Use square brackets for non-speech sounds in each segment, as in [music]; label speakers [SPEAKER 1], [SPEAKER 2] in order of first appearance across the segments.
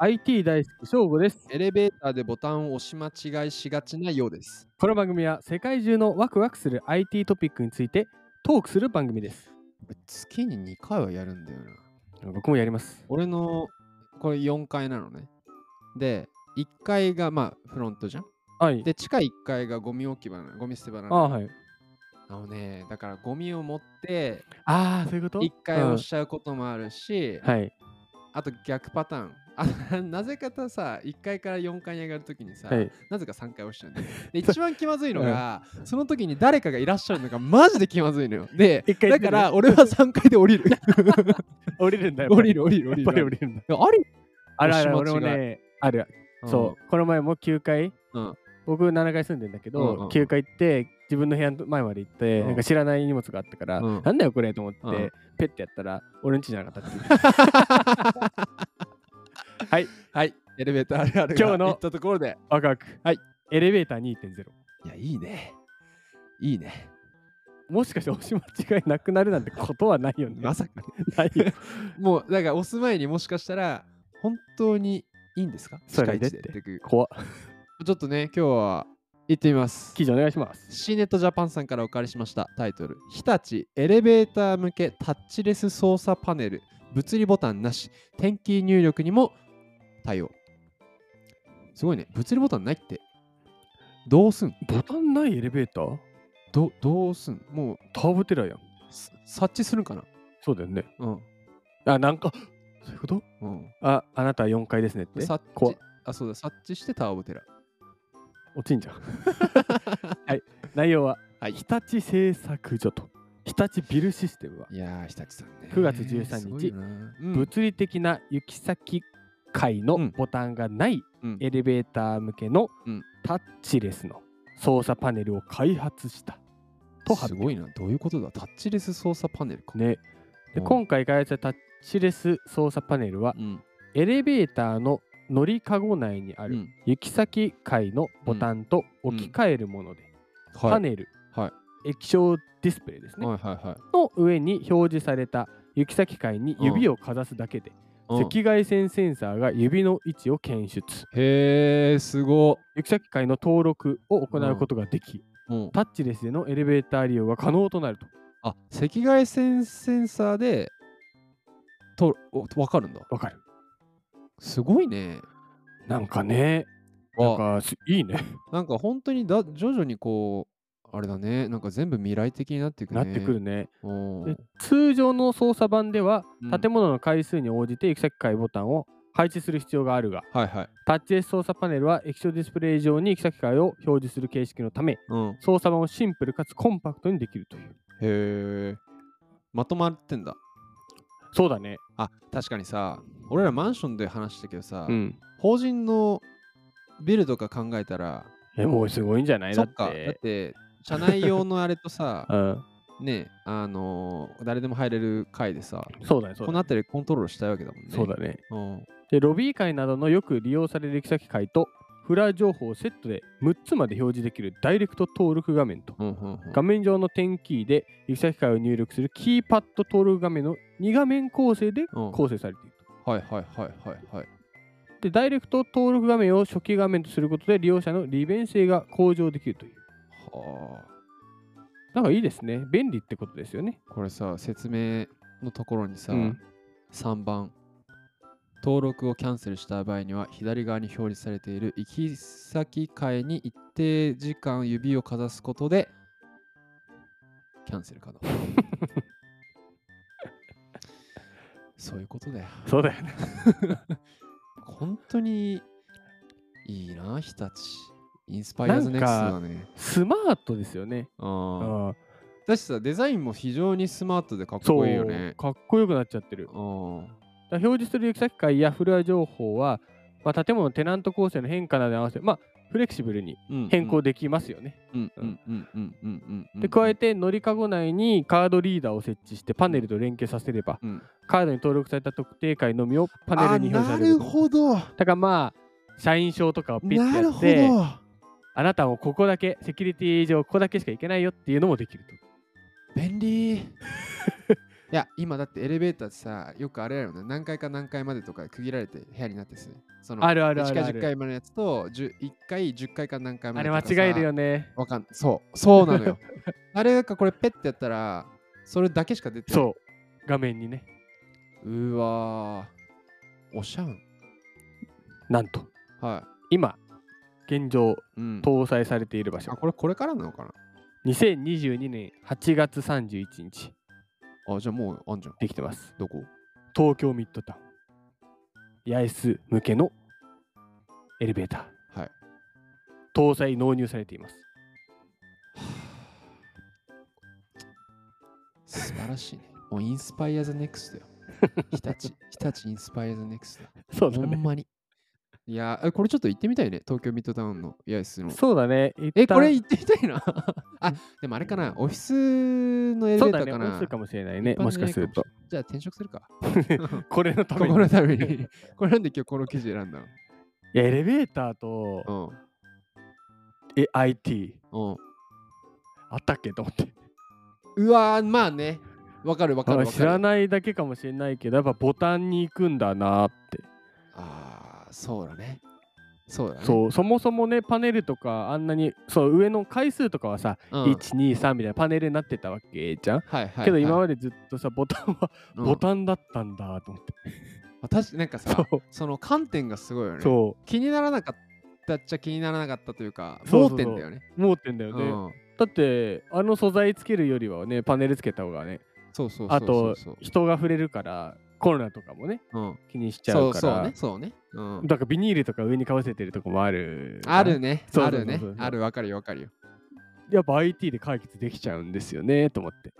[SPEAKER 1] IT 大好き翔吾です
[SPEAKER 2] エレベーターでボタンを押し間違いしがちなようです。
[SPEAKER 1] この番組は世界中のワクワクする IT トピックについてトークする番組です
[SPEAKER 2] 月に2回はやるんだよな。
[SPEAKER 1] 僕もやります
[SPEAKER 2] 俺のこれ4階なのね。で、1階がまあフロントじゃん。
[SPEAKER 1] はい
[SPEAKER 2] で、地下1階がゴミ置き場なの、ゴミ捨て場な
[SPEAKER 1] あ
[SPEAKER 2] の。
[SPEAKER 1] はい
[SPEAKER 2] あのね、だからゴミを持って
[SPEAKER 1] ああそういうこと
[SPEAKER 2] 1階を
[SPEAKER 1] うん
[SPEAKER 2] 押しちゃうこともあるし、
[SPEAKER 1] はい
[SPEAKER 2] あと逆パターン。あ [laughs] なぜかとさ、1階から4階に上がるときにさ、
[SPEAKER 1] はい
[SPEAKER 2] なぜか3回押しちゃうんだよ [laughs] で一番気まずいのが、その時に誰かがいらっしゃるのがマジで気まずいのよ。で、
[SPEAKER 1] 一回
[SPEAKER 2] だから俺は3階で
[SPEAKER 1] [laughs]
[SPEAKER 2] 降りる。
[SPEAKER 1] 降りるんだよ
[SPEAKER 2] 降りる降りる
[SPEAKER 1] や
[SPEAKER 2] 降り
[SPEAKER 1] っ
[SPEAKER 2] る。
[SPEAKER 1] ぱり降りるんだ
[SPEAKER 2] いやあり
[SPEAKER 1] あるあ
[SPEAKER 2] 押
[SPEAKER 1] る
[SPEAKER 2] し
[SPEAKER 1] 俺も
[SPEAKER 2] 間違い
[SPEAKER 1] ねある
[SPEAKER 2] [laughs]
[SPEAKER 1] そうこの前も9階、
[SPEAKER 2] うん
[SPEAKER 1] 僕7階住んでんだけど、
[SPEAKER 2] うんうん
[SPEAKER 1] 9階行って自分の部屋の前まで行って、
[SPEAKER 2] うん
[SPEAKER 1] なんか知らない荷物があったから、
[SPEAKER 2] うん
[SPEAKER 1] なんだよこれと思って、
[SPEAKER 2] うん
[SPEAKER 1] ペッてやったら俺ん家じゃなかったっていうはい
[SPEAKER 2] はい、エレベーターあるあるが
[SPEAKER 1] 今日の
[SPEAKER 2] 行ったところで。
[SPEAKER 1] ワクワク、
[SPEAKER 2] はい、
[SPEAKER 1] エレベーター2.0
[SPEAKER 2] いや、いいね。いいね。
[SPEAKER 1] もしかして押し間違いなくなるなんてことはないよね。
[SPEAKER 2] まさかね。
[SPEAKER 1] ないよ。
[SPEAKER 2] もう、だから押す前にもしかしたら、本当にいいんですか
[SPEAKER 1] それ
[SPEAKER 2] 近い
[SPEAKER 1] で
[SPEAKER 2] 地で
[SPEAKER 1] って
[SPEAKER 2] っていう
[SPEAKER 1] 怖っ
[SPEAKER 2] ちょっとね、今日は行ってみます。
[SPEAKER 1] 記事お願いします。
[SPEAKER 2] シーネットジャパンさんからお借りしましたタイトル日立エレベーター向けタッチレス操作パネル物理ボタンなし天気入力にも対応すごいね物理ボタンないってどうすん
[SPEAKER 1] ボタンないエレベーター
[SPEAKER 2] どどうすんもう
[SPEAKER 1] ターボテラやん。
[SPEAKER 2] す察知するんかな
[SPEAKER 1] そうだよね。
[SPEAKER 2] うん
[SPEAKER 1] あ、なんか、そういうこと
[SPEAKER 2] うん
[SPEAKER 1] あ、あなたは4階ですねって。
[SPEAKER 2] 察
[SPEAKER 1] 怖っ
[SPEAKER 2] 知あそうだ察知してターボテラ
[SPEAKER 1] 落ちんじゃん。 [laughs] はい。内容は、
[SPEAKER 2] はい
[SPEAKER 1] 日立製作所と日立ビルシステムはい
[SPEAKER 2] やー日立さんね
[SPEAKER 1] 9月13日
[SPEAKER 2] すごいよなうん
[SPEAKER 1] 物理的な行き先階の
[SPEAKER 2] うん
[SPEAKER 1] ボタンがない
[SPEAKER 2] うん
[SPEAKER 1] エレベーター向けの
[SPEAKER 2] うん
[SPEAKER 1] タッチレスの操作パネルを開発したと
[SPEAKER 2] す
[SPEAKER 1] 発
[SPEAKER 2] ご
[SPEAKER 1] 表
[SPEAKER 2] いなどういうことだタッチレス操作パネルか
[SPEAKER 1] ねで
[SPEAKER 2] うん
[SPEAKER 1] 今回開発したタッチレス操作パネルは
[SPEAKER 2] うん
[SPEAKER 1] エレベーターの乗りかご内にあ
[SPEAKER 2] う
[SPEAKER 1] る
[SPEAKER 2] ん
[SPEAKER 1] 行き先階のボタンと置き換えるもので
[SPEAKER 2] はい
[SPEAKER 1] パネル
[SPEAKER 2] は
[SPEAKER 1] 液晶ディスプレイですね
[SPEAKER 2] はいはいはい
[SPEAKER 1] の上に表示された行き先階に指をかざすだけで
[SPEAKER 2] うん
[SPEAKER 1] 赤外線センサーが指の位置を検出
[SPEAKER 2] へえ、すご。
[SPEAKER 1] 行き先会の登録を行うことができ、
[SPEAKER 2] うん、
[SPEAKER 1] タッチレスでのエレベーター利用が可能となると
[SPEAKER 2] あ、赤外線センサーで、と、おわかるんだ。
[SPEAKER 1] わかる
[SPEAKER 2] すごいね。
[SPEAKER 1] なんかねなん
[SPEAKER 2] わ
[SPEAKER 1] かすいいね
[SPEAKER 2] なんか本当にだ徐々にこう、あれだね、なんか全部未来的になってくね。
[SPEAKER 1] なってくるね
[SPEAKER 2] うん。
[SPEAKER 1] で通常の操作版では
[SPEAKER 2] うん
[SPEAKER 1] 建物の回数に応じて行き先会ボタンを配置する必要があるが
[SPEAKER 2] はいはい。
[SPEAKER 1] タッチレス操作パネルは液晶ディスプレイ上に行き先会を表示する形式のため
[SPEAKER 2] うん。へ
[SPEAKER 1] 操作版をシンプルかつコンパクトにできるという
[SPEAKER 2] え。まとまってんだ。
[SPEAKER 1] そうだね
[SPEAKER 2] あ、確かにさ、俺らマンションで話したけどさ、
[SPEAKER 1] うん
[SPEAKER 2] 法人のビルとか考えたら、
[SPEAKER 1] えもうすごいんじゃないだ
[SPEAKER 2] そっ
[SPEAKER 1] っ
[SPEAKER 2] か、だってて、社内用のあれとさ、
[SPEAKER 1] [laughs] うん
[SPEAKER 2] ねあのー誰でも入れる回でさ、
[SPEAKER 1] そうだねそう
[SPEAKER 2] こ
[SPEAKER 1] だ
[SPEAKER 2] の
[SPEAKER 1] ね
[SPEAKER 2] 辺りコントロールしたいわけだもんね。
[SPEAKER 1] そうだね
[SPEAKER 2] うん。
[SPEAKER 1] でロビー会などのよく利用される行き先会とフラー情報をセットで6つまで表示できるダイレクト登録画面と
[SPEAKER 2] うんうんうん
[SPEAKER 1] 画面上の点キーで行き先会を入力するキーパッド登録画面の2画面構成で
[SPEAKER 2] うん
[SPEAKER 1] 構成されていると。
[SPEAKER 2] はいはいはいはいはい。
[SPEAKER 1] でダイレクト登録画面を初期画面とすることで利用者の利便性が向上できるという。
[SPEAKER 2] は
[SPEAKER 1] なんかいいですね。便利ってことですよね。
[SPEAKER 2] あ。これさ、説明のところにさ、
[SPEAKER 1] うん
[SPEAKER 2] 3番。登録をキャンセルした場合には左側に表示されている行き先会に一定時間指をかざすことでキャンセル
[SPEAKER 1] [laughs]
[SPEAKER 2] 可能そういうことだよ。
[SPEAKER 1] そうだよね。
[SPEAKER 2] 本当にいいな、日立。インスパイアーズネクストだね。
[SPEAKER 1] スマートですよね。
[SPEAKER 2] あ
[SPEAKER 1] ああ
[SPEAKER 2] ーだしさ、デザインも非常にスマートでかっ
[SPEAKER 1] そ
[SPEAKER 2] こいいよ
[SPEAKER 1] う
[SPEAKER 2] ね。。
[SPEAKER 1] かっこよくなっちゃってる。
[SPEAKER 2] うん
[SPEAKER 1] だから表示する行き先会やフロア情報は、まあ、建物のテナント構成の変化などに合わせて、まあ、フレキシブルに
[SPEAKER 2] うん
[SPEAKER 1] 変更できますよね。
[SPEAKER 2] うんうんうんうんうんうんうん。
[SPEAKER 1] で加えて乗りかご内にカードリーダーを設置してパネルと連携させれば、
[SPEAKER 2] うん
[SPEAKER 1] カードに登録された特定会のみをパネルに
[SPEAKER 2] あ
[SPEAKER 1] 表示
[SPEAKER 2] な
[SPEAKER 1] される
[SPEAKER 2] るほど。な
[SPEAKER 1] だからまあ社員証とかをピッて
[SPEAKER 2] る
[SPEAKER 1] やっ
[SPEAKER 2] ほ
[SPEAKER 1] て
[SPEAKER 2] ど。
[SPEAKER 1] あなたもここだけ
[SPEAKER 2] [laughs]
[SPEAKER 1] セキュリティ上ここだけしか行けないよっていうのもできると
[SPEAKER 2] 便利。いや、今だってエレベーターってさ、よくあれやろな、何階か何階までとか区切られて部屋になってすね。その
[SPEAKER 1] あるあるあ
[SPEAKER 2] 1
[SPEAKER 1] る
[SPEAKER 2] 階
[SPEAKER 1] あ
[SPEAKER 2] 10
[SPEAKER 1] る。
[SPEAKER 2] 階までのやつと、10 1回10階か何回ま
[SPEAKER 1] あ
[SPEAKER 2] で
[SPEAKER 1] れ
[SPEAKER 2] とか
[SPEAKER 1] 間
[SPEAKER 2] さ
[SPEAKER 1] 違えるよね。
[SPEAKER 2] わかんそう、そうな
[SPEAKER 1] [laughs]
[SPEAKER 2] のよ。あれなんかこれペッてやったら、それだけしか出てない。
[SPEAKER 1] そう。画面にね。
[SPEAKER 2] うーわー。おしゃん。
[SPEAKER 1] なんと、
[SPEAKER 2] は
[SPEAKER 1] 今、現状、
[SPEAKER 2] い。うん。
[SPEAKER 1] 搭載されている場所
[SPEAKER 2] あ、。これこれからなのか
[SPEAKER 1] 2022年8月31日、
[SPEAKER 2] なあ、じゃあもうあんじゃん。
[SPEAKER 1] できてます。
[SPEAKER 2] どこ
[SPEAKER 1] 東京ミッドタウン。八重洲向けのエレベータ
[SPEAKER 2] は
[SPEAKER 1] ー。
[SPEAKER 2] い。
[SPEAKER 1] 搭載納入されています。
[SPEAKER 2] 素晴らしいね。もうインスパイアザネ
[SPEAKER 1] [laughs]
[SPEAKER 2] クストよ。日立、日立インスパイアザネクスト。
[SPEAKER 1] そうだ
[SPEAKER 2] ほん
[SPEAKER 1] ね。
[SPEAKER 2] まに。いやー、えこれちょっと行ってみたいね。東京ミッドタウンの八重洲の。
[SPEAKER 1] そうだね。
[SPEAKER 2] え、
[SPEAKER 1] 一旦
[SPEAKER 2] これ行ってみた
[SPEAKER 1] [laughs]
[SPEAKER 2] いな。あ、でもあれかな。オフィスのエレベ
[SPEAKER 1] そう
[SPEAKER 2] ー
[SPEAKER 1] だ
[SPEAKER 2] タ
[SPEAKER 1] ね。
[SPEAKER 2] ーか
[SPEAKER 1] 押
[SPEAKER 2] な。
[SPEAKER 1] すかもしれないね。
[SPEAKER 2] 一般
[SPEAKER 1] もしか
[SPEAKER 2] じゃない
[SPEAKER 1] すると
[SPEAKER 2] も。しれない。じゃあ転職する
[SPEAKER 1] [laughs]
[SPEAKER 2] か。
[SPEAKER 1] これのた
[SPEAKER 2] こ
[SPEAKER 1] めに。
[SPEAKER 2] この
[SPEAKER 1] い
[SPEAKER 2] ため
[SPEAKER 1] [laughs]
[SPEAKER 2] に。これなんで今日この記事選んだ
[SPEAKER 1] やエレベーターと、
[SPEAKER 2] の
[SPEAKER 1] え、IT
[SPEAKER 2] うん。うん。
[SPEAKER 1] あったっけと思って。
[SPEAKER 2] うわー、まあね。わかるわかるわ
[SPEAKER 1] あ
[SPEAKER 2] かる。
[SPEAKER 1] 知ら
[SPEAKER 2] い。
[SPEAKER 1] ないだけかもしれないけど、やっぱボタンに行くんだなって。
[SPEAKER 2] あー、そうだね。そうだね。
[SPEAKER 1] そう、そもそもね、パネルとか、あんなに、そう、上の回数とかはさ、
[SPEAKER 2] うん。
[SPEAKER 1] 1、2、3みたいなパネルになってたわけじゃん。
[SPEAKER 2] はいはい。
[SPEAKER 1] けど今
[SPEAKER 2] は
[SPEAKER 1] までずっとさ、ボタンは、
[SPEAKER 2] い、
[SPEAKER 1] ボタンだったんだと思
[SPEAKER 2] [laughs]
[SPEAKER 1] って。
[SPEAKER 2] うん。確かなんかさ、
[SPEAKER 1] そう、
[SPEAKER 2] その観点がすごいよね。
[SPEAKER 1] そ
[SPEAKER 2] 気にならなかったっちゃ気にならなかったというか、
[SPEAKER 1] そう
[SPEAKER 2] 盲
[SPEAKER 1] そうそう
[SPEAKER 2] 点だよね。
[SPEAKER 1] う、盲点だよね。
[SPEAKER 2] うん
[SPEAKER 1] だって、あの素材つけるよりはね、パネルつけた方がね、
[SPEAKER 2] そうそうそうそう
[SPEAKER 1] あと
[SPEAKER 2] そう、
[SPEAKER 1] 人が触れるから、コロナとかもね、
[SPEAKER 2] うん、
[SPEAKER 1] 気にしちゃ
[SPEAKER 2] そうう
[SPEAKER 1] から。
[SPEAKER 2] そうね、そうね。うん、
[SPEAKER 1] だからビニールとか上にかぶせてるとこもある。
[SPEAKER 2] ある。ね、
[SPEAKER 1] そう
[SPEAKER 2] あ
[SPEAKER 1] そうそう
[SPEAKER 2] るね
[SPEAKER 1] そう、
[SPEAKER 2] ある、わかるよ、わかるよ。
[SPEAKER 1] やっぱ IT で解決できちゃうんですよね、と思って。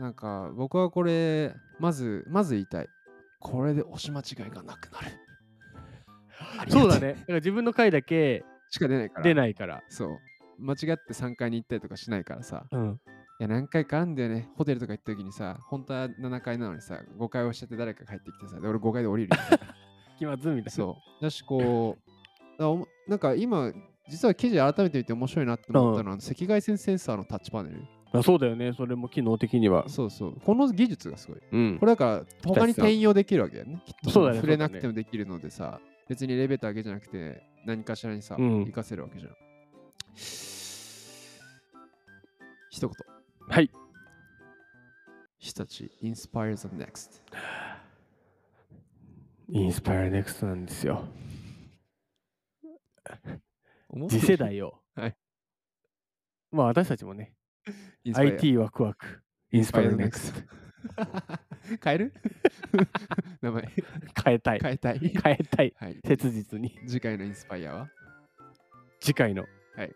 [SPEAKER 2] なんか、僕はこれ、まず、まず言いたい。これで押し間違いがなくなる。ありがたい
[SPEAKER 1] そうだ。ね。だから自分の回だけ
[SPEAKER 2] しか出ないから。
[SPEAKER 1] 出ないから。
[SPEAKER 2] そう。間違って3階に行ったりとかしないからさ。
[SPEAKER 1] うん。
[SPEAKER 2] いや、何回かあんだよね。ホテルとか行った時にさ、本当は7階なのにさ、5階押しちゃって誰か帰ってきてさ、で俺5階で降りるよ。 [laughs]
[SPEAKER 1] 気まずみたいな。
[SPEAKER 2] そう。だし、こう、あおもなんか今、実は記事改めて見て面白いなって思ったのは、赤外線センサーのタッチパネル。
[SPEAKER 1] あそうだよね。それも機能的には。
[SPEAKER 2] そうそう。この技術がすごい。
[SPEAKER 1] うん
[SPEAKER 2] こ。れだから、
[SPEAKER 1] 確か
[SPEAKER 2] 他に
[SPEAKER 1] に
[SPEAKER 2] 転用できるわけだよね。きっと
[SPEAKER 1] そうだね
[SPEAKER 2] 触れなくてもできるのでさ、別にエレベーターだけじゃなくて、何かしらにさ、
[SPEAKER 1] うん
[SPEAKER 2] 活かせるわけじゃん。一言。
[SPEAKER 1] はい。
[SPEAKER 2] 日立 Inspire the Next。
[SPEAKER 1] インスパイアネクストなんですよ。
[SPEAKER 2] 思
[SPEAKER 1] 次世代を。
[SPEAKER 2] [laughs] はい。
[SPEAKER 1] まあ私たちもね、
[SPEAKER 2] インスパイア
[SPEAKER 1] IT ワクワク。インスパイアネクス
[SPEAKER 2] Inspire the Next [laughs] 変える名前
[SPEAKER 1] ト。変えたい。
[SPEAKER 2] 変えたい。
[SPEAKER 1] 変えたい。
[SPEAKER 2] はい。
[SPEAKER 1] 切実に。
[SPEAKER 2] 次回のインスパイアは
[SPEAKER 1] 次回の。
[SPEAKER 2] [laughs] はい。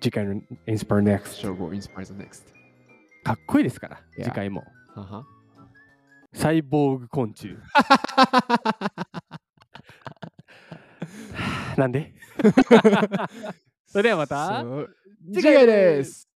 [SPEAKER 1] 次回のインスパイアネクスト。
[SPEAKER 2] 称号インスパイア next。
[SPEAKER 1] かっこいいですから。
[SPEAKER 2] いや
[SPEAKER 1] 次回も。
[SPEAKER 2] はは。
[SPEAKER 1] サイボーグ昆虫。なんでそれではまた
[SPEAKER 2] そう次回です